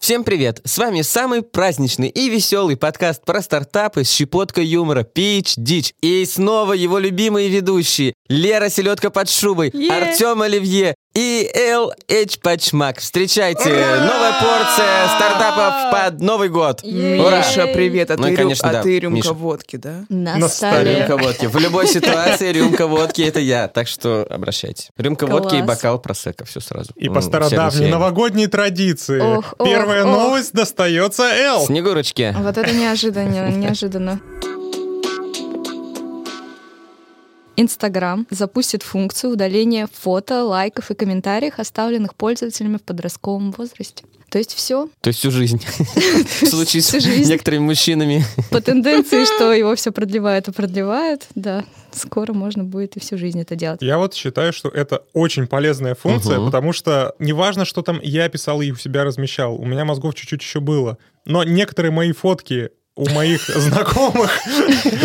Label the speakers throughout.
Speaker 1: Всем привет! С вами самый праздничный и веселый подкаст про стартапы с щепоткой юмора Пич Дич. И снова его любимые ведущие Лера Селедка под шубой,
Speaker 2: Е.
Speaker 1: Артем Оливье и Эл Эч Пачмак. Встречайте! Новая порция стартапов под Новый год!
Speaker 2: Е.
Speaker 1: Ура!
Speaker 3: Миша, привет. А,
Speaker 1: Ну и,
Speaker 3: ты, рю-
Speaker 1: конечно,
Speaker 3: а
Speaker 1: да,
Speaker 3: ты рюмка
Speaker 1: Миша.
Speaker 3: водки, да?
Speaker 2: На,
Speaker 4: На
Speaker 2: столе.
Speaker 1: Рюмка водки. В любой ситуации рюмка водки — это я. Так что обращайтесь. Рюмка водки и
Speaker 2: Класс.
Speaker 1: бокал просека. Все сразу.
Speaker 4: И
Speaker 1: М,
Speaker 4: по
Speaker 1: всем
Speaker 4: стародавней
Speaker 1: всем.
Speaker 4: новогодней традиции
Speaker 2: Ох, ох,
Speaker 4: первая
Speaker 2: ох.
Speaker 4: новость достается Эл.
Speaker 1: Снегурочки.
Speaker 2: Вот это неожиданно, неожиданно. Инстаграм запустит функцию удаления фото, лайков и комментариев, оставленных пользователями в подростковом возрасте. То есть все
Speaker 1: То есть всю жизнь. В случае
Speaker 2: Всю
Speaker 1: с
Speaker 2: жизнь.
Speaker 1: некоторыми мужчинами.
Speaker 2: по тенденции, что его все продлевают и продлевают, да, скоро можно будет и всю жизнь это делать.
Speaker 4: Я вот считаю, что это очень полезная функция,
Speaker 1: Мгм.
Speaker 4: потому что неважно, что там я писал и у себя размещал, у меня мозгов чуть-чуть еще было, но некоторые мои фотки у моих знакомых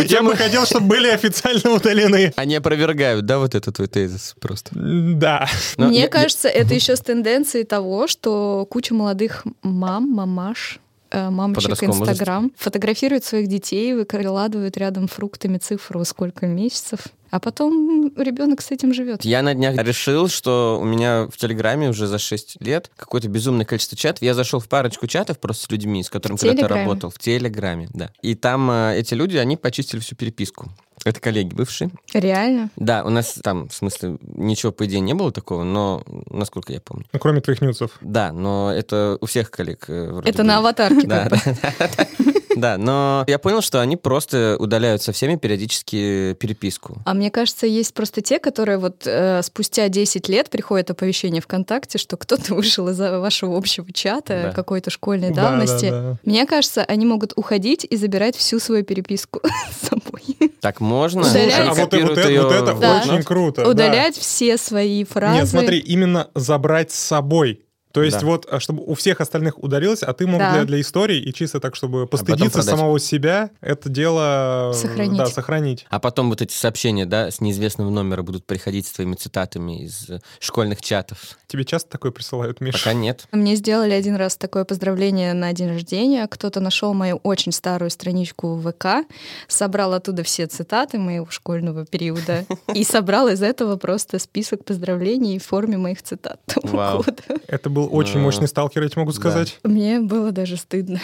Speaker 4: я бы хотел, чтобы были официально удалены.
Speaker 1: Они опровергают, да, вот этот твой тезис просто?
Speaker 4: Да.
Speaker 1: Но
Speaker 2: Мне
Speaker 1: я-
Speaker 2: кажется, это еще с тенденцией того, что куча молодых мам, мамаш, э, мамочек
Speaker 1: Подростковом возрасте.
Speaker 2: Инстаграм фотографируют своих детей, выкладывают рядом фруктами цифру, сколько месяцев. А потом ребенок с этим живет.
Speaker 1: Я на днях решил, что у меня в Телеграме уже за 6 лет какое-то безумное количество чатов. Я зашел в парочку чатов просто с людьми, с которыми
Speaker 2: В
Speaker 1: когда-то
Speaker 2: Телеграме?
Speaker 1: работал. В Телеграме, да. И там э, эти люди, они почистили всю переписку. Это коллеги бывшие.
Speaker 2: Реально?
Speaker 1: Да, у нас там, в смысле, ничего, по идее, не было такого, но, насколько я помню.
Speaker 4: Ну, Кроме твоих нюцев.
Speaker 1: Да, но это у всех коллег э, вроде
Speaker 2: это
Speaker 1: бы.
Speaker 2: на аватарке
Speaker 1: Да,
Speaker 2: как бы.
Speaker 1: да, да, да. Да, но я понял, что они просто удаляют со всеми периодически переписку.
Speaker 2: А мне кажется, есть просто те, которые вот э, спустя 10 лет приходят оповещение ВКонтакте, что кто-то вышел из вашего общего чата
Speaker 1: Да.
Speaker 2: какой-то школьной
Speaker 4: Да, да,
Speaker 2: давности.
Speaker 4: да.
Speaker 2: Мне кажется, они могут уходить и забирать всю свою переписку с собой.
Speaker 1: Так можно?
Speaker 2: Слушай,
Speaker 4: А
Speaker 2: Удаляют.
Speaker 4: вот и- вот
Speaker 1: Копируют
Speaker 4: это
Speaker 1: её
Speaker 4: вот это
Speaker 1: в
Speaker 2: Да.
Speaker 4: очень
Speaker 1: блокнот.
Speaker 4: круто. да.
Speaker 2: удалять все свои фразы.
Speaker 4: Нет, смотри, именно забрать с собой. То есть
Speaker 1: Да.
Speaker 4: вот, а, чтобы у всех остальных удалилось, а ты мог
Speaker 2: Да.
Speaker 4: для, для истории, и чисто так, чтобы
Speaker 1: потом
Speaker 4: постыдиться
Speaker 1: продать.
Speaker 4: самого себя, это дело... э,
Speaker 2: Сохранить.
Speaker 4: Да, сохранить.
Speaker 1: А потом вот эти сообщения, да, с неизвестного номера будут приходить с твоими цитатами из э, школьных чатов.
Speaker 4: Тебе часто такое присылают, Миша?
Speaker 1: Пока нет.
Speaker 2: Мне сделали один раз такое поздравление на день рождения. Кто-то нашел мою очень старую страничку в ВК, собрал оттуда все цитаты моего школьного периода и собрал из этого просто список поздравлений в форме моих цитат того
Speaker 1: Вау.
Speaker 2: года.
Speaker 4: Это был очень
Speaker 1: Да.
Speaker 4: мощный сталкер, я тебе могу
Speaker 1: Ну. Да.
Speaker 4: сказать.
Speaker 2: Мне было даже стыдно.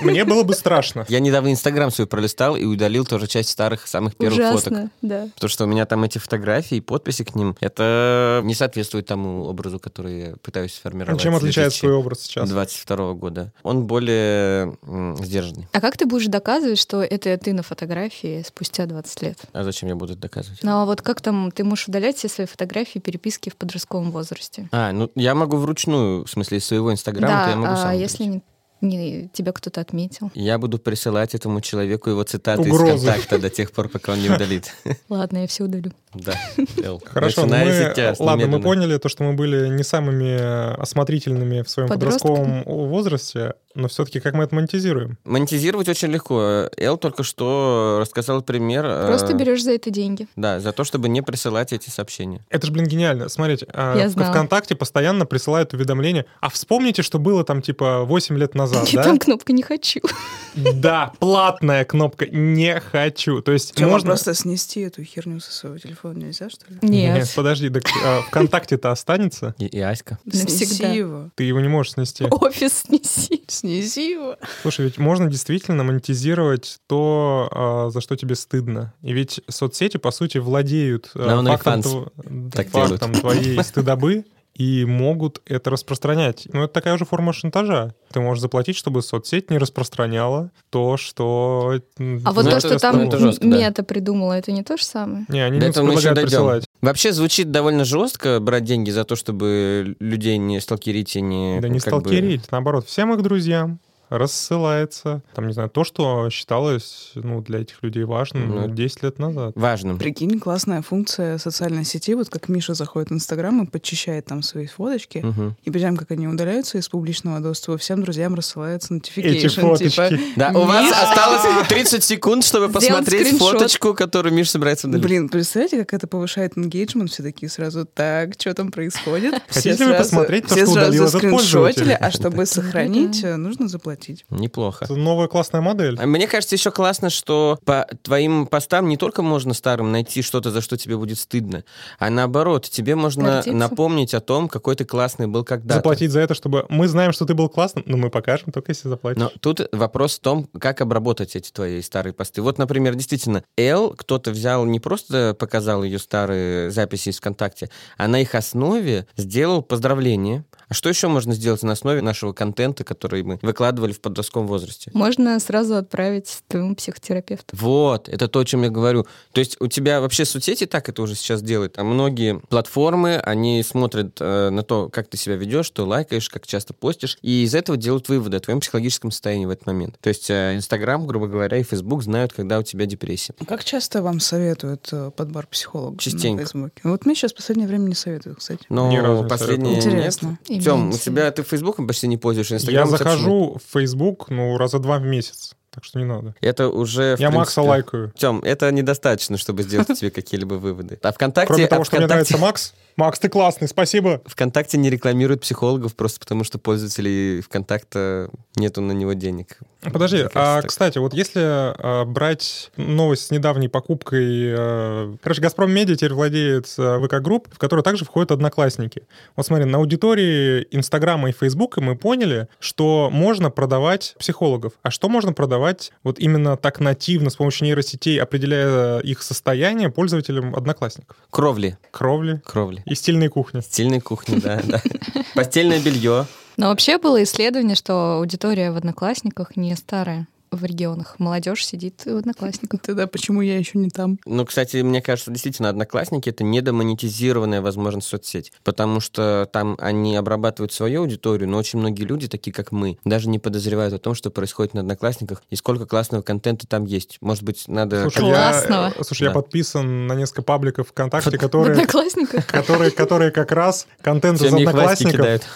Speaker 4: Мне было бы страшно.
Speaker 1: Я недавно Инстаграм свой пролистал и удалил тоже часть старых, самых первых
Speaker 2: Ужасно,
Speaker 1: фоток.
Speaker 2: да.
Speaker 1: Потому что у меня там эти фотографии и подписи к ним, это не соответствует тому образу, который я пытаюсь
Speaker 4: А
Speaker 1: сформировать.
Speaker 4: Чем
Speaker 1: с
Speaker 4: отличается твой образ сейчас?
Speaker 1: 2022 года. Он более м, сдержанный.
Speaker 2: А как ты будешь доказывать, что это ты на фотографии спустя 20 лет?
Speaker 1: А зачем я буду это доказывать?
Speaker 2: Ну а вот как там ты можешь удалять все свои фотографии, переписки в подростковом возрасте?
Speaker 1: А, ну я могу вручную, в смысле, из своего инстаграма, то я могу
Speaker 2: а
Speaker 1: сам.
Speaker 2: если
Speaker 1: удалить.
Speaker 2: не, не- тебя кто-то отметил?
Speaker 1: Я буду присылать этому человеку его цитаты из
Speaker 4: Угрозы.
Speaker 1: контакта до тех пор, пока он не удалит.
Speaker 2: Ладно, я все удалю.
Speaker 1: Да. Эл,
Speaker 4: Хорошо,
Speaker 1: начинай
Speaker 4: мы- э,
Speaker 1: языке,
Speaker 4: ладно, мы
Speaker 1: немедленно.
Speaker 4: поняли то, что мы были не самыми э, осмотрительными в своем
Speaker 2: Подростками.
Speaker 4: подростковом о- возрасте, но все-таки как мы это монетизируем?
Speaker 1: Монетизировать очень легко. Эл только что рассказал пример. э,
Speaker 2: Просто берешь за это деньги.
Speaker 1: Да, за то, чтобы не присылать эти сообщения.
Speaker 4: Это же, блин, гениально. Смотрите, а,
Speaker 2: Я
Speaker 4: в-
Speaker 2: знала.
Speaker 4: ВКонтакте постоянно присылают уведомления. А вспомните, что было там типа 8 лет назад,
Speaker 2: И
Speaker 4: да?
Speaker 2: там кнопка не хочу.
Speaker 4: Да, платная кнопка «Не хочу». То есть
Speaker 3: Чё, вам
Speaker 4: можно...
Speaker 3: просто снести эту херню со своего телефона нельзя, что ли?
Speaker 2: Нет.
Speaker 4: подожди, так, а, ВКонтакте-то останется?
Speaker 1: И, и Аська.
Speaker 2: Навсегда.
Speaker 3: Снеси его.
Speaker 4: Ты его не можешь снести.
Speaker 2: Офис снеси.
Speaker 3: Снеси его.
Speaker 4: Слушай, ведь можно действительно монетизировать то, а, за что тебе стыдно. И ведь соцсети, по сути, владеют а,
Speaker 1: На
Speaker 4: фактом,
Speaker 1: OnlyFans
Speaker 4: тво-
Speaker 1: так
Speaker 4: фактом твоей стыдобы и могут это распространять. Ну, это такая же форма шантажа. Ты можешь заплатить, чтобы соцсеть не распространяла то, что... м,
Speaker 2: А вот
Speaker 1: Ну,
Speaker 2: то,
Speaker 1: это
Speaker 2: что там
Speaker 1: ну, это жестко, да.
Speaker 2: мета придумала, это не то же самое?
Speaker 4: Не, они
Speaker 1: До
Speaker 4: не
Speaker 1: этого мы еще
Speaker 4: предлагают
Speaker 1: дойдем.
Speaker 4: присылать.
Speaker 1: Вообще звучит довольно жестко брать деньги за то, чтобы людей не сталкерить и не...
Speaker 4: Да не
Speaker 1: ну, как бы-
Speaker 4: сталкерить, наоборот, всем их друзьям. рассылается. Там, не знаю, то, что считалось ну, для этих людей важным
Speaker 1: Ну.
Speaker 4: ну, 10 лет назад.
Speaker 1: Важным.
Speaker 3: Прикинь, классная функция социальной сети, вот как Миша заходит в Инстаграм и подчищает там свои фоточки,
Speaker 1: Мгм.
Speaker 3: и прям как они удаляются из публичного доступа, всем друзьям рассылается
Speaker 4: Эти
Speaker 3: notification, типа,
Speaker 4: фоточки.
Speaker 1: Да, у вас
Speaker 3: Миша!
Speaker 1: осталось 30 секунд, чтобы
Speaker 2: Сделать
Speaker 1: посмотреть
Speaker 2: скриншот.
Speaker 1: фоточку, которую Миша собирается удалить.
Speaker 3: Блин, представляете, как это повышает engagement? Все такие сразу, так, что там происходит?
Speaker 4: Хотите ли вы посмотреть то,
Speaker 3: все
Speaker 4: что удалил
Speaker 3: сразу
Speaker 4: этот
Speaker 3: скриншотили,
Speaker 4: пользователь?
Speaker 3: а чтобы сохранить, э, нужно заплатить.
Speaker 1: Неплохо.
Speaker 4: Это новая классная модель.
Speaker 1: А Мне кажется, еще классно, что по твоим постам не только можно старым найти что-то, за что тебе будет стыдно, а наоборот, тебе можно
Speaker 2: Гордиться.
Speaker 1: напомнить о том, какой ты классный был когда-то.
Speaker 4: Заплатить за это, чтобы... Мы знаем, что ты был классным, но мы покажем, только если заплатишь.
Speaker 1: Но тут вопрос в том, как обработать эти твои старые посты. Вот, например, действительно, Эл кто-то взял, не просто показал ее старые записи из ВКонтакте, а на их основе сделал поздравление. А что еще можно сделать на основе нашего контента, который мы выкладывали в подростковом возрасте?
Speaker 2: Можно сразу отправить твоему психотерапевту.
Speaker 1: Вот, это то, о чем я говорю. То есть у тебя вообще соцсети так это уже сейчас делают, а многие платформы, они смотрят э, на то, как ты себя ведешь, что лайкаешь, как часто постишь, и из этого делают выводы о твоем психологическом состоянии в этот момент. То есть э, Инстаграм, грубо говоря, и Фейсбук знают, когда у тебя депрессия.
Speaker 3: Как часто вам советуют э, подбор психолога
Speaker 1: Частенько.
Speaker 3: на Фейсбуке? Вот мне сейчас в последнее время не советуют, кстати.
Speaker 1: Но
Speaker 4: Ни разу не
Speaker 1: последние...
Speaker 4: советовал.
Speaker 3: Интересно.
Speaker 2: И
Speaker 1: Тем, у
Speaker 2: мне
Speaker 1: тебя ты Фейсбуком почти не пользуешься, а
Speaker 4: Я
Speaker 1: Инстаграм
Speaker 4: захожу в Facebook, ну, раза два в месяц, так что не надо.
Speaker 1: Это уже... в
Speaker 4: Я Макса
Speaker 1: принципе-
Speaker 4: лайкаю.
Speaker 1: Тем, это недостаточно, чтобы сделать тебе какие-либо выводы. А ВКонтакте...
Speaker 4: Кроме того,
Speaker 1: а
Speaker 4: что мне
Speaker 1: ВКонтакте-
Speaker 4: нравится Макс. Макс, ты классный, спасибо.
Speaker 1: ВКонтакте не рекламируют психологов просто потому, что пользователей ВКонтакта нету на него денег.
Speaker 4: Подожди,
Speaker 1: Мне кажется,
Speaker 4: а,
Speaker 1: так.
Speaker 4: кстати, вот если а, брать новость с недавней покупкой... э, короче, «Газпром Медиа» теперь владеет э, ВК Групп, в которую также входят одноклассники. Вот смотри, на аудитории Инстаграма и Фейсбука мы поняли, что можно продавать психологов. А что можно продавать вот именно так нативно, с помощью нейросетей, определяя их состояние пользователям одноклассников?
Speaker 1: Кровли.
Speaker 4: Кровли
Speaker 1: Кровли.
Speaker 4: и стильные кухни.
Speaker 1: Стильная кухня, да, да. Постельное белье.
Speaker 2: Но вообще было исследование, что аудитория в Одноклассниках не старая в регионах. Молодежь сидит в Одноклассниках.
Speaker 3: Тогда почему я еще не там?
Speaker 1: Ну, кстати, мне кажется, действительно, Одноклассники — это недомонетизированная возможность соцсеть, потому что там они обрабатывают свою аудиторию, но очень многие люди, такие как мы, даже не подозревают о том, что происходит на Одноклассниках и сколько классного контента там есть. Может быть, надо...
Speaker 4: Слушай, я,
Speaker 2: Классного.
Speaker 4: э, слушай, я
Speaker 1: Да.
Speaker 2: В
Speaker 4: подписан на несколько пабликов ВКонтакте,
Speaker 2: В
Speaker 4: которые,
Speaker 2: Одноклассниках?
Speaker 4: которые, которые как раз контент из
Speaker 1: Все мне хвастики
Speaker 4: одноклассников
Speaker 1: кидают.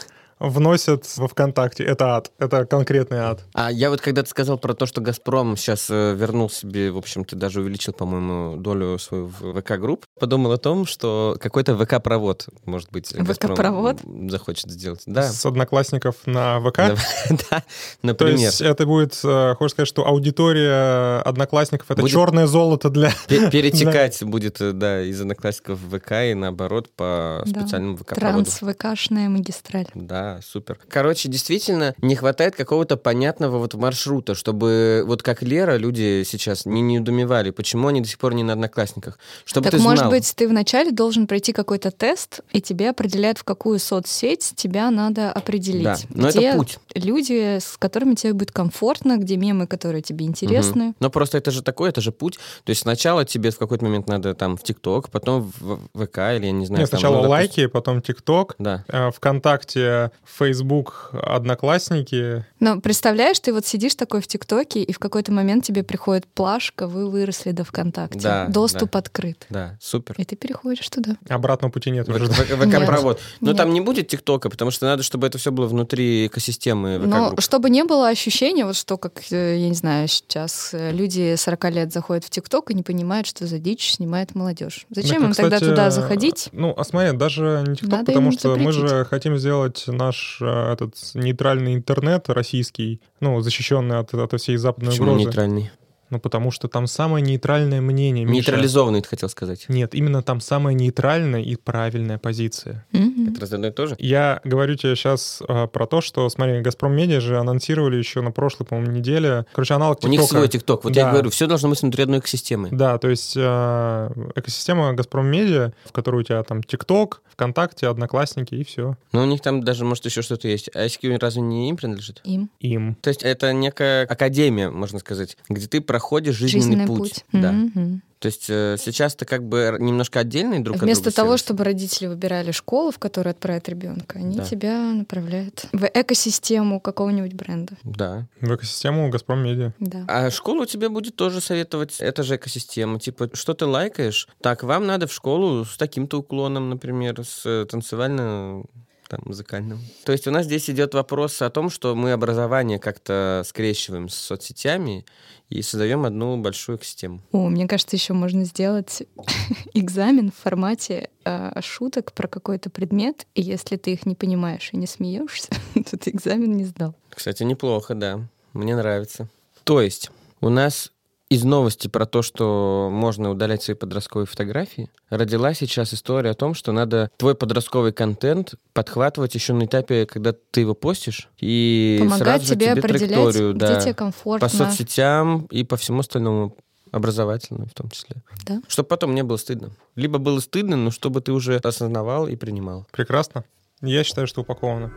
Speaker 4: вносят во ВКонтакте. Это ад. Это конкретный ад.
Speaker 1: А я вот когда ты сказал про то, что Газпром сейчас э, вернул себе, в общем-то, даже увеличил, по-моему, долю свою в ВК групп, подумал о том, что какой-то ВК провод, может быть,
Speaker 2: А
Speaker 1: Газпром
Speaker 2: «ВК-провод»?
Speaker 1: захочет сделать. Да.
Speaker 4: С одноклассников на ВК.
Speaker 1: Да, да,
Speaker 4: То
Speaker 1: например.
Speaker 4: есть это будет, э, хочешь сказать, что аудитория одноклассников это
Speaker 1: Будет-
Speaker 4: черное золото для...
Speaker 1: пе- Перетекать будет, э, да, из одноклассников в ВК и наоборот по
Speaker 2: Да.
Speaker 1: специальному ВК-проводу.
Speaker 2: Транс-ВКшная магистраль.
Speaker 1: Да, супер. Короче, действительно, не хватает какого-то понятного вот маршрута, чтобы вот как Лера люди сейчас не недоумевали, почему они до сих пор не на одноклассниках. Чтобы ты
Speaker 2: так, может
Speaker 1: знал.
Speaker 2: быть, ты вначале должен пройти какой-то тест, и тебе определяют, в какую соцсеть тебя надо определить.
Speaker 1: Да, но это
Speaker 2: Где
Speaker 1: путь.
Speaker 2: люди, с которыми тебе будет комфортно, где мемы, которые тебе интересны.
Speaker 1: Мгм. Но просто это же такой, это же путь. То есть сначала тебе в какой-то момент надо там в ТикТок, потом в в ВК или я не знаю.
Speaker 4: Нет,
Speaker 1: там,
Speaker 4: сначала
Speaker 1: ну, допустим-
Speaker 4: лайки, потом ТикТок,
Speaker 1: Да.
Speaker 4: э, ВКонтакте, Фейсбук, Одноклассники.
Speaker 2: Но представляешь, ты вот сидишь такой в ТикТоке, и в какой-то момент тебе приходит плашка, вы выросли до ВКонтакте.
Speaker 1: Да,
Speaker 2: Доступ открыт.
Speaker 1: Да, супер.
Speaker 2: И ты переходишь туда.
Speaker 4: Обратного пути нет уже.
Speaker 1: ВК-провод. Но
Speaker 2: Нет.
Speaker 1: там не будет ТикТока, потому что надо, чтобы это все было внутри экосистемы
Speaker 2: Но
Speaker 1: ВК-групп.
Speaker 2: чтобы не было ощущения, вот что, как, э, я не знаю, сейчас э, люди 40 лет заходят в ТикТок и не понимают, что за дичь снимает молодежь. Зачем
Speaker 4: Так,
Speaker 2: им тогда
Speaker 4: Ну, кстати,
Speaker 2: туда заходить?
Speaker 4: Ну, а смотри, даже не ТикТок,
Speaker 2: Надо
Speaker 4: потому
Speaker 2: им
Speaker 4: что мы
Speaker 2: запретить.
Speaker 4: же хотим сделать наш э, этот нейтральный интернет российский, ну, защищенный от, от всей западной
Speaker 1: Почему
Speaker 4: угрозы.
Speaker 1: нейтральный?
Speaker 4: Ну, потому что там самое нейтральное мнение, Миша.
Speaker 1: Нейтрализованный, ты хотел сказать.
Speaker 4: Нет, именно там самая нейтральная и правильная позиция.
Speaker 1: э,
Speaker 2: Мгм.
Speaker 1: Это разное тоже?
Speaker 4: Я говорю тебе сейчас про то, что, смотри, Газпром Медиа же анонсировали еще на прошлой, по-моему, неделе. Короче, аналог
Speaker 1: У них
Speaker 4: ТикТока.
Speaker 1: свой ТикТок. Вот я
Speaker 4: Да.
Speaker 1: и говорю, все должно быть внутри одной экосистемы.
Speaker 4: Да, то есть э, экосистема Газпром Медиа, в которой у тебя там ТикТок, ВКонтакте, Одноклассники и все.
Speaker 1: Но у них там даже, может, еще что-то есть. А SQ разве не им принадлежит?
Speaker 2: Им.
Speaker 4: Им.
Speaker 1: То есть это некая академия, можно сказать, где ты проходишь жизненный, путь. Да.
Speaker 2: Мгм.
Speaker 1: То есть э, сейчас-то как бы немножко отдельные друг от
Speaker 2: Вместо
Speaker 1: друга
Speaker 2: того,
Speaker 1: сервисы.
Speaker 2: чтобы родители выбирали школу, в которую отправят ребенка, они
Speaker 1: Да.
Speaker 2: тебя направляют в экосистему какого-нибудь бренда.
Speaker 1: Да.
Speaker 4: В экосистему Газпром Медиа.
Speaker 2: Да.
Speaker 1: А школу тебе будет тоже советовать эта же экосистема. Типа, что ты лайкаешь? Так, вам надо в школу с таким-то уклоном, например, с э, танцевально там, музыкальным. То есть у нас здесь идет вопрос о том, что мы образование как-то скрещиваем с соцсетями и создаем одну большую экосистему.
Speaker 2: О, мне кажется, еще можно сделать экзамен в формате э, шуток про какой-то предмет, и если ты их не понимаешь и не смеешься, то ты экзамен не сдал.
Speaker 1: Кстати, неплохо, да. Мне нравится. То есть у нас из новости про то, что можно удалять свои подростковые фотографии, родилась сейчас история о том, что надо твой подростковый контент подхватывать еще на этапе, когда ты его постишь, и
Speaker 2: Помогать
Speaker 1: сразу же
Speaker 2: тебе определять,
Speaker 1: траекторию, да,
Speaker 2: где тебе комфортно.
Speaker 1: по соцсетям и по всему остальному образовательному в том числе.
Speaker 2: Да.
Speaker 1: Чтобы потом не было стыдно. Либо было стыдно, но чтобы ты уже осознавал и принимал.
Speaker 4: Прекрасно. Я считаю, что упаковано.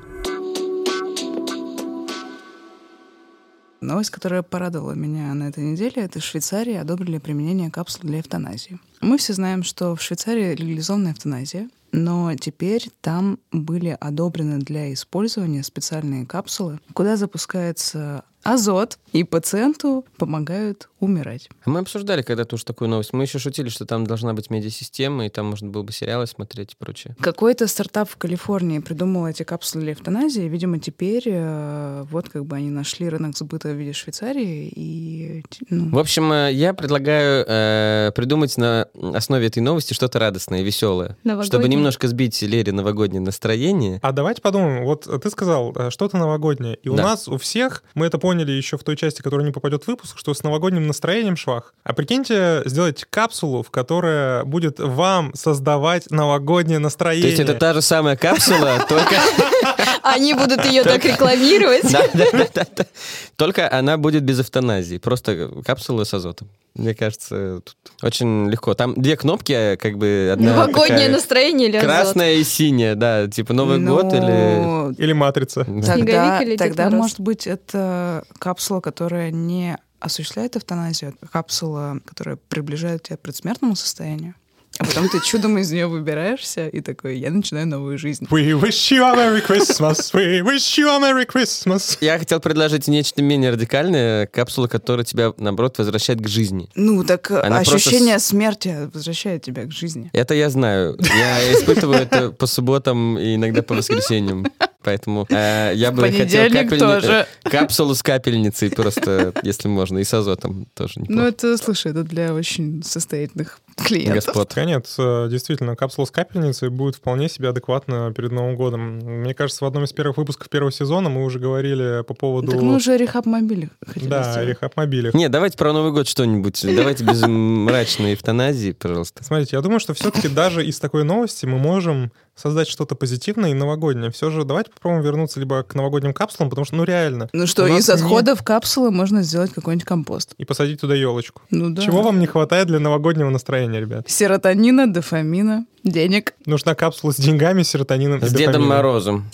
Speaker 3: Новость, которая порадовала меня на этой неделе, это в Швейцарии одобрили применение капсул для эвтаназии. Мы все знаем, что в Швейцарии легализована эвтаназия, но теперь там были одобрены для использования специальные капсулы, куда запускается азот, и пациенту помогают умирать.
Speaker 1: Мы обсуждали когда-то уж такую новость. Мы еще шутили, что там должна быть медиасистема, и там можно было бы сериалы смотреть и прочее.
Speaker 3: Какой-то стартап в Калифорнии придумал эти капсулы для эвтаназии. Видимо, теперь э, вот как бы они нашли рынок сбыта в виде Швейцарии и... ну,
Speaker 1: В общем, э, я предлагаю э, придумать на основе этой новости что-то радостное, веселое. Чтобы
Speaker 2: Новогодний.
Speaker 1: немножко сбить Лере новогоднее настроение.
Speaker 4: А давайте подумаем. Вот э, ты сказал, э, что-то новогоднее. И у
Speaker 1: Да.
Speaker 4: нас, у всех, мы это поняли еще в той части, которая не попадет в выпуск, что с новогодним настроением швах. А прикиньте, сделать капсулу, в которая будет вам создавать новогоднее настроение.
Speaker 1: То есть это та же самая капсула, только...
Speaker 2: А, Они будут ее так рекламировать.
Speaker 1: Да, да, да, да, да. Только она будет без эвтаназии. Просто капсула с азотом. Мне кажется, тут очень легко. Там две кнопки, э, как бы одна
Speaker 2: Новогоднее
Speaker 1: такая
Speaker 2: настроение или азот?
Speaker 1: Красная и синяя, да. Типа Новый
Speaker 3: ну,
Speaker 1: год или...
Speaker 4: Или матрица.
Speaker 1: Да.
Speaker 3: Тогда,
Speaker 2: Снеговик или Дед
Speaker 3: тогда
Speaker 2: Мороз?
Speaker 3: может быть, это капсула, которая не осуществляет эвтаназию, а капсула, которая приближает тебя к предсмертному состоянию. А потом ты чудом из нее выбираешься и такой, я начинаю новую жизнь.
Speaker 4: We wish you a Merry Christmas, we wish you a Merry Christmas.
Speaker 1: Я хотел предложить нечто менее радикальное, капсула, которая тебя, наоборот, возвращает к жизни.
Speaker 3: Ну, так э,
Speaker 1: Она просто
Speaker 3: ощущение смерти возвращает тебя к жизни.
Speaker 1: Это я знаю. Я испытываю это по субботам и иногда по воскресеньям. Поэтому э, я бы хотел
Speaker 3: Понедельник
Speaker 1: капельни-
Speaker 3: тоже.
Speaker 1: э, капсулу с капельницей просто, если можно, и с азотом тоже
Speaker 3: Ну,
Speaker 1: неплохо.
Speaker 3: это, слушай, это для очень состоятельных клиентов.
Speaker 1: Господ.
Speaker 4: Конец. э, Действительно, капсула с капельницей будет вполне себе адекватно перед Новым годом. Мне кажется, в одном из первых выпусков первого сезона мы уже говорили по поводу...
Speaker 3: Так мы уже рехаб мобили хотели
Speaker 4: да,
Speaker 3: сделать.
Speaker 4: рехаб-мобилях.
Speaker 1: Не, давайте про Новый год что-нибудь. Давайте без мрачной эвтаназии, пожалуйста.
Speaker 4: Смотрите, я думаю, что все-таки даже из такой новости мы можем создать что-то позитивное и новогоднее. Все же давайте попробуем вернуться либо к новогодним капсулам, потому что, ну, реально.
Speaker 3: Ну что,
Speaker 4: У нас
Speaker 3: из отходов капсулы можно сделать какой-нибудь компост.
Speaker 4: не- И посадить туда елочку.
Speaker 3: Ну да.
Speaker 4: Чего вам не хватает для новогоднего настроения, ребят?
Speaker 3: Серотонина, дофамина, денег.
Speaker 4: Нужна капсула с деньгами, серотонином. и
Speaker 1: С Дедом
Speaker 4: дофамином.
Speaker 1: Морозом.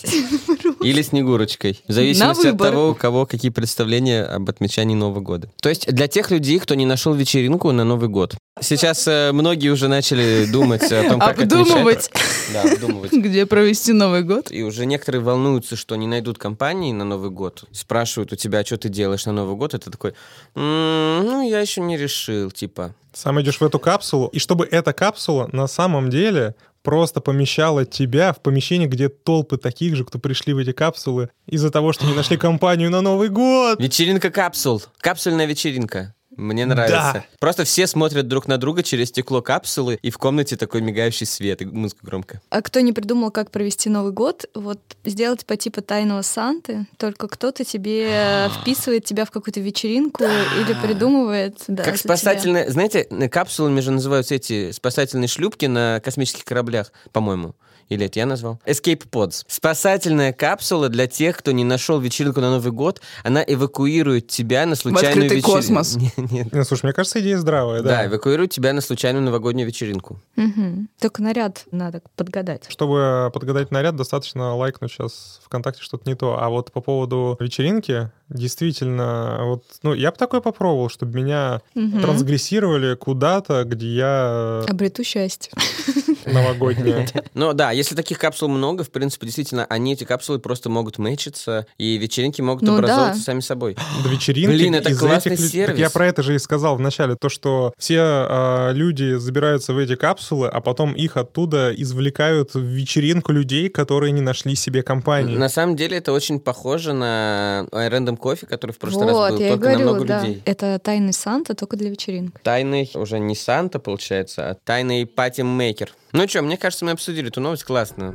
Speaker 1: Или Снегурочкой. В зависимости
Speaker 3: На
Speaker 1: от
Speaker 3: выбор.
Speaker 1: того, у кого какие представления об отмечании Нового года. То есть для тех людей, кто не нашел вечеринку на Новый год. Сейчас э, многие уже начали думать о том, как
Speaker 3: Обдумывать,
Speaker 1: отмечать. Да, обдумывать.
Speaker 3: где провести Новый год.
Speaker 1: И уже некоторые волнуются, что не найдут компании на Новый год. Спрашивают у тебя, «А что ты делаешь на Новый год. Это такой, «М, ну, я еще не решил, типа.
Speaker 4: Сам идешь в эту капсулу, и чтобы эта капсула на самом деле просто помещала тебя в помещение, где толпы таких же, кто пришли в эти капсулы из-за того, что не нашли компанию на Новый год.
Speaker 1: Вечеринка капсул. Капсульная вечеринка. Мне нравится. Просто все смотрят друг на друга через стекло капсулы, и в комнате такой мигающий свет, и музыка громко.
Speaker 2: А кто не придумал, как провести Новый год, вот сделать по типу тайного Санты, только кто-то тебе вписывает тебя в какую-то вечеринку или придумывает. да,
Speaker 1: как
Speaker 2: за тебя.
Speaker 1: спасательные... Знаете, на- капсулами же называются эти спасательные шлюпки на космических кораблях, по-моему. Или это я назвал? Escape Pods. Спасательная капсула для тех, кто не нашел вечеринку на Новый год. Она эвакуирует тебя на случайную
Speaker 3: открытый
Speaker 1: вечер-
Speaker 3: космос.
Speaker 1: Не, Нет.
Speaker 4: Ну, слушай, мне кажется, идея здравая, да.
Speaker 1: Да, эвакуируют тебя на случайную новогоднюю вечеринку.
Speaker 2: Мгм. Только наряд надо подгадать.
Speaker 4: Чтобы подгадать наряд, достаточно лайкнуть сейчас ВКонтакте что-то не то. А вот по поводу вечеринки, действительно, вот, ну, я бы такое попробовал, чтобы меня
Speaker 2: Мгм.
Speaker 4: трансгрессировали куда-то, где я
Speaker 2: Обрету счастье.
Speaker 4: новогодняя.
Speaker 1: Но Ну да, если таких капсул много, в принципе, действительно, они, эти капсулы, просто могут мэчиться, и вечеринки могут
Speaker 2: Ну да.
Speaker 1: образовываться сами собой.
Speaker 4: до вечеринки.
Speaker 1: Блин, это
Speaker 4: из
Speaker 1: классный
Speaker 4: этих лю-
Speaker 1: сервис.
Speaker 4: Так я про это же и сказал в начале, то, что все а, люди забираются в эти капсулы, а потом их оттуда извлекают в вечеринку людей, которые не нашли себе компании.
Speaker 1: На самом деле это очень похоже на э, рандом кофе, который в прошлый
Speaker 2: вот,
Speaker 1: раз был,
Speaker 2: я и
Speaker 1: только
Speaker 2: говорю,
Speaker 1: намного
Speaker 2: да.
Speaker 1: людей.
Speaker 2: Это тайный Санта только для вечеринок.
Speaker 1: Тайный, уже не Санта, получается, а тайный пати-мейкер. Ну что, мне кажется, мы обсудили эту новость, классно.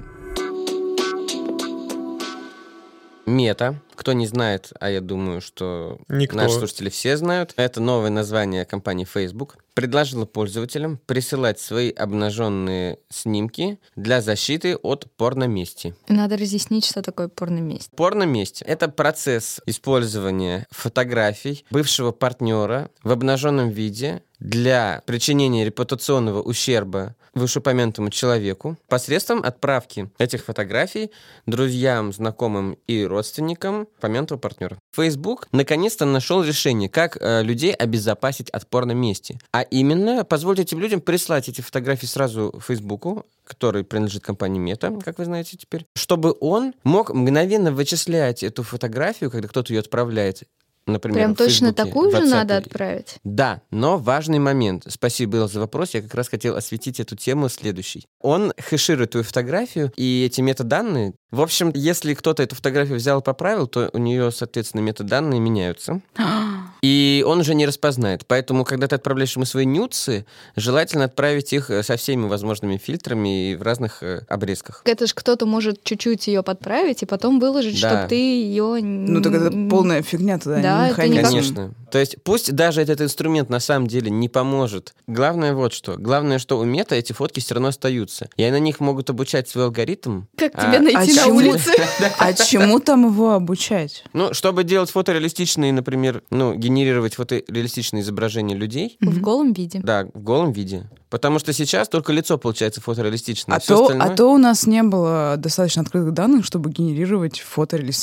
Speaker 1: Мета. Кто не знает, а я думаю, что
Speaker 4: Никто.
Speaker 1: Наши слушатели все знают. Это новое название компании Facebook. Предложила пользователям присылать свои обнаженные снимки для защиты от порномести.
Speaker 2: Надо разъяснить, что такое порноместь.
Speaker 1: Порноместь — это процесс использования фотографий бывшего партнера в обнаженном виде для причинения репутационного ущерба вышеупомянутому человеку посредством отправки этих фотографий друзьям, знакомым и родственникам помянутого партнера. Facebook наконец-то нашел решение, как э, людей обезопасить от порномести. А именно, позволить этим людям прислать эти фотографии сразу Фейсбуку, который принадлежит компании Мета, как вы знаете теперь, чтобы он мог мгновенно вычислять эту фотографию, когда кто-то ее отправляет, например,
Speaker 2: Прям
Speaker 1: в
Speaker 2: точно
Speaker 1: Фейсбуке,
Speaker 2: такую
Speaker 1: в
Speaker 2: же
Speaker 1: WhatsApp.
Speaker 2: надо отправить.
Speaker 1: Да, но важный момент. Спасибо, Белла, за вопрос. Я как раз хотел осветить эту тему следующий. Он хэширует твою фотографию и эти метаданные. В общем, если кто-то эту фотографию взял и поправил, то у нее, соответственно, метаданные меняются. И он уже не распознает. Поэтому, когда ты отправляешь ему свои нюцы, желательно отправить их э, со всеми возможными фильтрами и в разных э, обрезках.
Speaker 2: Это ж кто-то может чуть-чуть ее подправить и потом выложить,
Speaker 1: Да.
Speaker 2: чтобы ты ее...
Speaker 3: Ну, так это полная фигня туда,
Speaker 2: Да,
Speaker 3: не
Speaker 2: это никак-
Speaker 3: механизм.
Speaker 1: Конечно. То есть пусть даже этот инструмент на самом деле не поможет. Главное вот что. Главное, что у мета эти фотки все равно остаются. И на них могут обучать свой алгоритм.
Speaker 2: Как
Speaker 1: А-
Speaker 2: тебя найти
Speaker 3: а
Speaker 2: на
Speaker 3: чему?
Speaker 2: улице?
Speaker 3: А чему там его обучать?
Speaker 1: Ну, чтобы делать фотореалистичные, например, ну, генерировать фотореалистичные изображения людей,
Speaker 2: В голом виде.
Speaker 1: да, в голом виде. Потому что сейчас только лицо получается фотореалистичное.
Speaker 3: А
Speaker 1: Всё
Speaker 3: то,
Speaker 1: остальное-
Speaker 3: а то у нас не было достаточно открытых данных, чтобы генерировать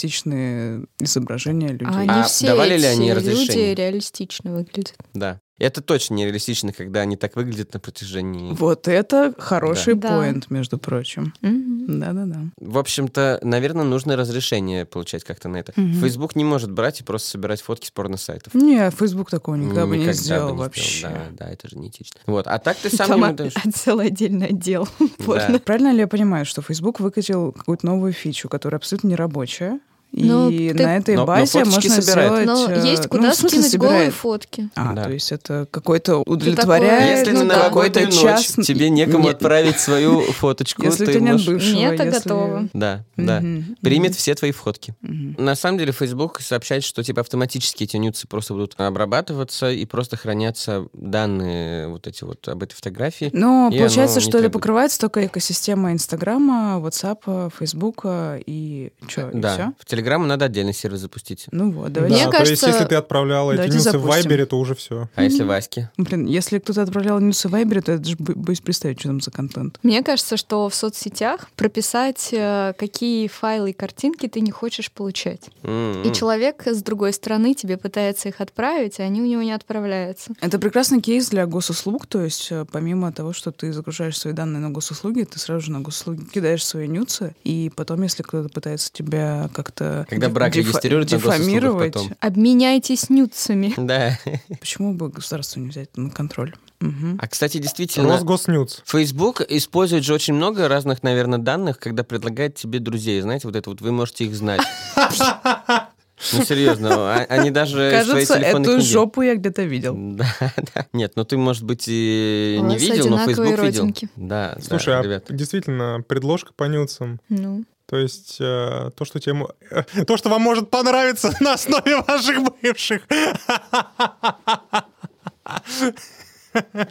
Speaker 3: фотореалистичные изображения
Speaker 2: А
Speaker 3: людей.
Speaker 2: не
Speaker 1: А
Speaker 2: все
Speaker 1: давали ли
Speaker 2: эти
Speaker 1: они
Speaker 2: люди
Speaker 1: разрешение?
Speaker 2: реалистично выглядят.
Speaker 1: Да. Это точно нереалистично, когда они так выглядят на протяжении...
Speaker 3: Вот это хороший
Speaker 2: Да.
Speaker 3: поинт, между прочим.
Speaker 2: Мгм.
Speaker 3: Да-да-да.
Speaker 1: В общем-то, наверное, нужно разрешение получать как-то на это.
Speaker 3: Мгм.
Speaker 1: Facebook не может брать и просто собирать фотки с порно-сайтов.
Speaker 3: Не, Facebook такого никогда, бы не сделал
Speaker 1: бы не
Speaker 3: вообще.
Speaker 1: Да, да, это же не этично. Вот, а так ты сам
Speaker 2: Там
Speaker 1: ему
Speaker 2: а-
Speaker 1: даешь.
Speaker 2: а целый отдельный отдел порно.
Speaker 3: Правильно ли я понимаю, что Facebook выкатил какую-то новую фичу, которая абсолютно не рабочая?
Speaker 2: Ну,
Speaker 3: и
Speaker 2: ты-
Speaker 3: на этой
Speaker 1: Но- но
Speaker 3: базе
Speaker 1: фоточки
Speaker 3: можно
Speaker 1: собирает.
Speaker 3: сделать...
Speaker 2: Но
Speaker 3: э,
Speaker 2: есть
Speaker 3: ну,
Speaker 2: куда
Speaker 3: в смысле
Speaker 2: скинуть голые
Speaker 3: собирает.
Speaker 2: фотки.
Speaker 3: А,
Speaker 1: Да.
Speaker 3: то есть это какой-то
Speaker 2: такое-
Speaker 3: удовлетворяет
Speaker 1: А Если
Speaker 2: ну
Speaker 1: на
Speaker 2: да.
Speaker 1: новогоднюю
Speaker 3: какой-то
Speaker 1: ночь
Speaker 3: частный...
Speaker 1: тебе некому
Speaker 3: Нет,
Speaker 1: отправить свою фоточку,
Speaker 3: Если у
Speaker 1: ты
Speaker 3: тебя нет
Speaker 1: можешь-
Speaker 3: бывшего,
Speaker 2: Мне это
Speaker 3: если-
Speaker 2: готово.
Speaker 1: Да, да.
Speaker 3: Мгм,
Speaker 1: Примет все твои фотки.
Speaker 3: мгм, мгм.
Speaker 1: На самом деле Facebook сообщает, что типа автоматически эти нюцы просто будут обрабатываться и просто хранятся данные вот эти вот об этой фотографии. И
Speaker 3: Но
Speaker 1: оно
Speaker 3: Ну, получается,
Speaker 1: не
Speaker 3: что это
Speaker 1: требует.
Speaker 3: покрывается только экосистема Инстаграма, Ватсапа, Фейсбука и что, Ну, и
Speaker 1: да,
Speaker 3: все?
Speaker 1: в Телеграм надо отдельный сервис запустить.
Speaker 3: Ну вот,
Speaker 4: Да,
Speaker 3: давайте.
Speaker 2: Мне
Speaker 4: то
Speaker 2: кажется-
Speaker 4: есть, если ты отправляла эти
Speaker 3: Давайте
Speaker 4: нюсы в
Speaker 3: запустим.
Speaker 4: Вайбере, то уже все.
Speaker 1: А если Ваське?
Speaker 3: Блин, если кто-то отправлял нюсы в Вайбере, то это же бо- боюсь представить, что там за контент.
Speaker 2: Мне кажется, что в соцсетях прописать, э, какие файлы и картинки ты не хочешь получать. И
Speaker 1: М-м.
Speaker 2: человек с другой стороны тебе пытается их отправить, а они у него не отправляются.
Speaker 3: Это прекрасный кейс для госуслуг, то есть э, помимо того, что ты загружаешь свои данные на госуслуги, ты сразу же на госуслуги кидаешь свои нюцы, и потом, если кто-то пытается тебя как-то
Speaker 1: Когда
Speaker 3: диф-
Speaker 1: брак
Speaker 3: дифа-
Speaker 1: регистрируют на госуслугах
Speaker 3: дифамировать,
Speaker 1: потом.
Speaker 2: Обменяйтесь нюцами.
Speaker 1: Да.
Speaker 3: почему бы государство не взять это на контроль? Мгм.
Speaker 1: А, кстати, действительно,
Speaker 4: Росгоснюц.
Speaker 1: Facebook использует же очень много разных, наверное, данных, когда предлагает тебе друзей. Знаете, вот это вот вы можете их знать. Ну, серьезно, а- они даже свои
Speaker 3: Кажется,
Speaker 1: телефонные
Speaker 3: эту
Speaker 1: книги.
Speaker 3: жопу я где-то видел.
Speaker 1: Да, да. Нет, ну ты, может быть, и
Speaker 2: У
Speaker 1: не
Speaker 2: вас
Speaker 1: видел, но
Speaker 2: одинаковые
Speaker 1: Facebook видел.
Speaker 2: родинки.
Speaker 1: Да, да,
Speaker 4: Слушай, а
Speaker 1: ребят.
Speaker 4: действительно, предложка по нюцам.
Speaker 2: Ну,
Speaker 4: То есть э, то, что тебе, мо- э, то, что вам может понравиться на основе ваших бывших.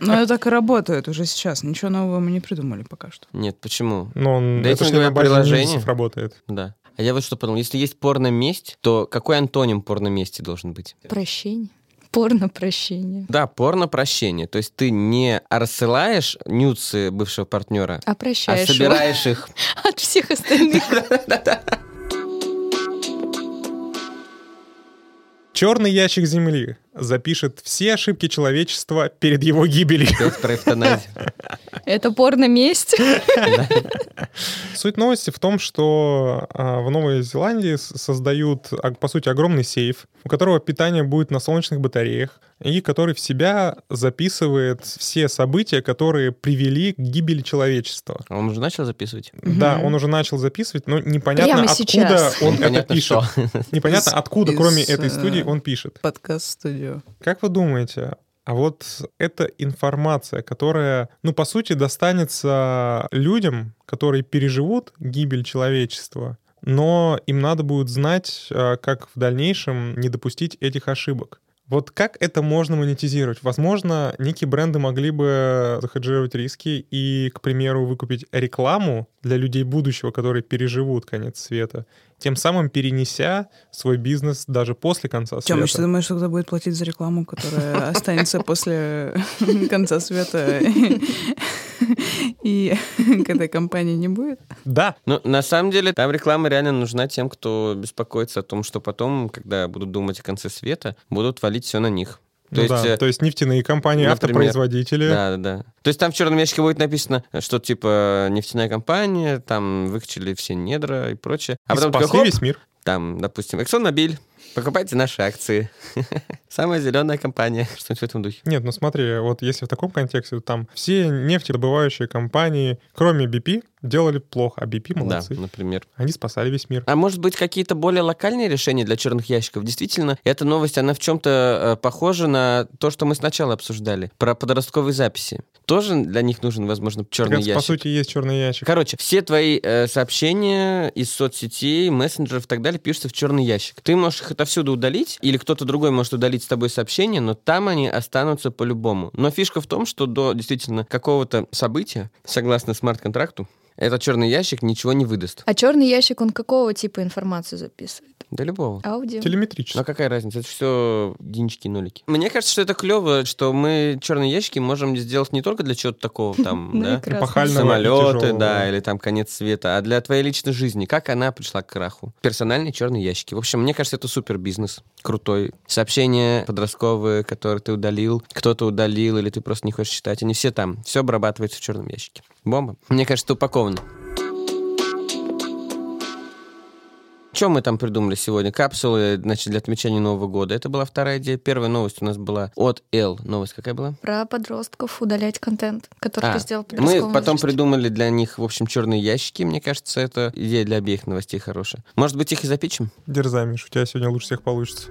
Speaker 3: Но это так и работает уже сейчас. Ничего нового мы не придумали пока что.
Speaker 1: Нет, почему?
Speaker 4: Но он,
Speaker 1: Да
Speaker 4: это
Speaker 1: я
Speaker 4: же
Speaker 1: тебе
Speaker 4: не
Speaker 1: говорю,
Speaker 4: на базе
Speaker 1: приложение.
Speaker 4: нюцев работает.
Speaker 1: Да. А я вот что подумал, если есть порно-месть, то какой антоним порно-мести должен быть?
Speaker 2: прощение. Порно-прощение.
Speaker 1: Да, порно-прощение. То есть ты не рассылаешь нюцы бывшего партнера,
Speaker 2: А
Speaker 1: а
Speaker 2: прощаешь его
Speaker 1: собираешь их.
Speaker 2: от всех остальных.
Speaker 4: Черный ящик Земли запишет все ошибки человечества перед его гибелью.
Speaker 1: Опять про эвтаназию.
Speaker 2: Это порно-месть.
Speaker 4: Суть новости в том, что а, в Новой Зеландии с- создают, а, по сути, огромный сейф, у которого питание будет на солнечных батареях, и который в себя записывает все события, которые привели к гибели человечества.
Speaker 1: А Он уже начал записывать?
Speaker 3: Мгм.
Speaker 4: Да, он уже начал записывать, но непонятно,
Speaker 2: Прямо
Speaker 4: откуда
Speaker 2: сейчас.
Speaker 4: он это
Speaker 1: Непонятно,
Speaker 4: пишет.
Speaker 1: что.
Speaker 4: Непонятно,
Speaker 3: Из-
Speaker 4: откуда, кроме
Speaker 3: из,
Speaker 4: этой
Speaker 3: э,
Speaker 4: студии, он пишет.
Speaker 3: Подкаст-студию.
Speaker 4: Как вы думаете, а вот эта информация, которая, ну, по сути, достанется людям, которые переживут гибель человечества, но им надо будет знать, э, как в дальнейшем не допустить этих ошибок. Вот как это можно монетизировать? Возможно, некие бренды могли бы захеджировать риски и, к примеру, выкупить рекламу для людей будущего, которые переживут конец света, тем самым перенеся свой бизнес даже после конца света.
Speaker 3: Тёмыч, ты думаешь, что кто будет платить за рекламу, которая останется после конца света и к этой компании не будет?
Speaker 4: Да,
Speaker 1: Ну, на самом деле, там реклама реально нужна тем, кто беспокоится о том, что потом, когда будут думать о конце света, будут валить все на них. То
Speaker 4: Ну
Speaker 1: есть,
Speaker 4: да,
Speaker 1: э,
Speaker 4: то э, есть нефтяные компании,
Speaker 1: например,
Speaker 4: автопроизводители.
Speaker 1: Да, да, да. То есть там в черном ящике будет написано, что типа нефтяная компания, там выкачали все недра и прочее. А
Speaker 4: и
Speaker 1: потом
Speaker 4: спасли
Speaker 1: такой, хоп,
Speaker 4: весь мир.
Speaker 1: там, допустим, ExxonMobil, покупайте наши акции. Самая зеленая компания, что-нибудь в этом духе.
Speaker 4: Нет, ну смотри, вот если в таком контексте, то там все нефтедобывающие компании, кроме BP, делали плохо, а BP молодцы.
Speaker 1: Да, например.
Speaker 4: Они спасали весь мир.
Speaker 1: А может быть, какие-то более локальные решения для черных ящиков? Действительно, эта новость, она в чем-то э, похожа на то, что мы сначала обсуждали, про подростковые записи. Тоже для них нужен, возможно, А черный
Speaker 4: Так это,
Speaker 1: ящик.
Speaker 4: по сути, есть черный ящик.
Speaker 1: Короче, все твои э, сообщения из соцсетей, мессенджеров и так далее пишутся в черный ящик. Ты можешь их отовсюду удалить, или кто-то другой может удалить с тобой сообщения, но там они останутся по-любому. Но фишка в том, что до действительно какого-то события, согласно смарт-контракту, этот черный ящик ничего не выдаст.
Speaker 2: А черный ящик, он какого типа информацию записывает?
Speaker 1: Да любого.
Speaker 2: Аудио?
Speaker 4: Телеметрический.
Speaker 1: Но какая разница, это все единички и нолики. Мне кажется, что это клево, что мы черные ящики можем сделать не только для чего-то такого там,
Speaker 2: Ну и
Speaker 1: да,
Speaker 2: красный.
Speaker 4: Эпохального и
Speaker 1: самолеты,
Speaker 4: тяжелого.
Speaker 1: да, или там конец света, а для твоей личной жизни, как она пришла к краху? Персональные черные ящики. В общем, мне кажется, это супер бизнес, крутой. Сообщения подростковые, которые ты удалил, кто-то удалил, или ты просто не хочешь читать, они все там, все обрабатывается в черном ящике. Бомба. Мне кажется, это упаковано. Чем мы там придумали сегодня? Капсулы, значит, для отмечания Нового года. Это была вторая идея. Первая новость у нас была от Л. Новость какая была?
Speaker 2: Про подростков удалять контент, который
Speaker 1: А,
Speaker 2: ты сделал в
Speaker 1: Мы
Speaker 2: подростковом
Speaker 1: потом
Speaker 2: возрасте.
Speaker 1: придумали для них, в общем, черные ящики. Мне кажется, это идея для обеих новостей хорошая. Может быть, их и запичим?
Speaker 4: Дерзай, Миш, у тебя сегодня лучше всех получится.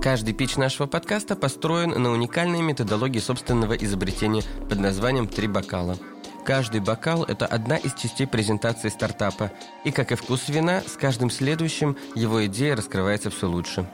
Speaker 1: Каждый пич нашего подкаста построен на уникальной методологии собственного изобретения под названием «Три бокала». Каждый бокал – это одна из частей презентации стартапа. И, как и вкус вина, с каждым следующим его идея раскрывается все лучше.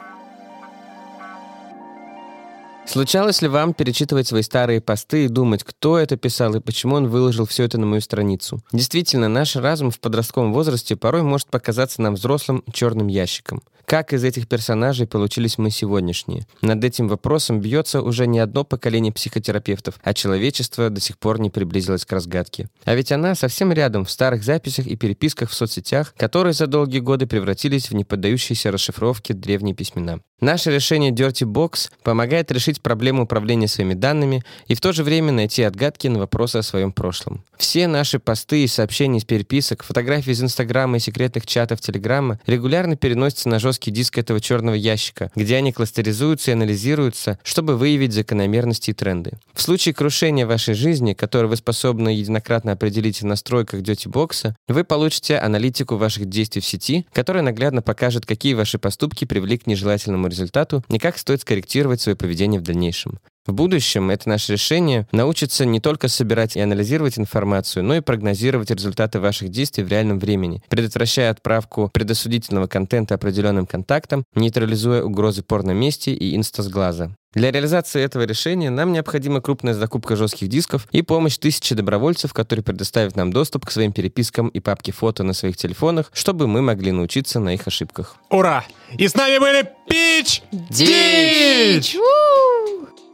Speaker 1: Случалось ли вам перечитывать свои старые посты и думать, кто это писал и почему он выложил все это на мою страницу? Действительно, наш разум в подростковом возрасте порой может показаться нам взрослым черным ящиком. Как из этих персонажей получились мы сегодняшние? Над этим вопросом бьется уже не одно поколение психотерапевтов, а человечество до сих пор не приблизилось к разгадке. А ведь она совсем рядом в старых записях и переписках в соцсетях, которые за долгие годы превратились в неподдающиеся расшифровке древние письмена. Наше решение Dirty Box помогает решить проблему управления своими данными и в то же время найти отгадки на вопросы о своем прошлом. Все наши посты и сообщения из переписок, фотографии из Инстаграма и секретных чатов Телеграма регулярно переносятся на жесткий диск этого черного ящика, где они кластеризуются и анализируются, чтобы выявить закономерности и тренды. В случае крушения вашей жизни, которую вы способны единократно определить в настройках Dirty Box, вы получите аналитику ваших действий в сети, которая наглядно покажет, какие ваши поступки привели к нежелательному результату и как стоит скорректировать свое поведение в дальнейшем. В будущем это наше решение научится не только собирать и анализировать информацию, но и прогнозировать результаты ваших действий в реальном времени, предотвращая отправку предосудительного контента определенным контактам, нейтрализуя угрозы порномести и инстасглаза. Для реализации этого решения нам необходима крупная закупка жестких дисков и помощь тысячи добровольцев, которые предоставят нам доступ к своим перепискам и папке фото на своих телефонах, чтобы мы могли научиться на их ошибках.
Speaker 5: Ура! И с нами были Пич! Дич!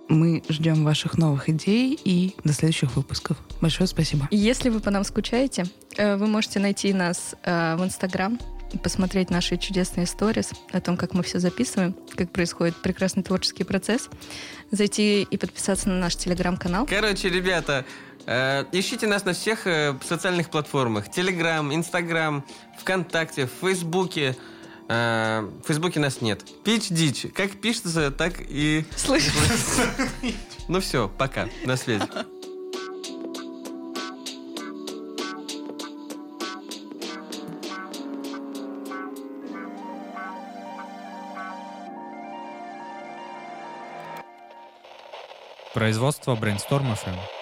Speaker 3: Мы ждем ваших новых идей и до следующих выпусков. Большое спасибо.
Speaker 2: Если вы по нам скучаете, э, вы можете найти нас э, в Инстаграм, посмотреть наши чудесные сторис о том, как мы все записываем, как происходит прекрасный творческий процесс, зайти и подписаться на наш телеграм-канал.
Speaker 1: Короче, ребята, э, ищите нас на всех э, социальных платформах. Телеграм, Инстаграм, ВКонтакте, в Фейсбуке. Э, в Фейсбуке нас нет. Пич дичь. Как пишется, так и...
Speaker 2: Слышь,
Speaker 1: Ну все, пока. На связи.
Speaker 6: Производство Brainstorm FM.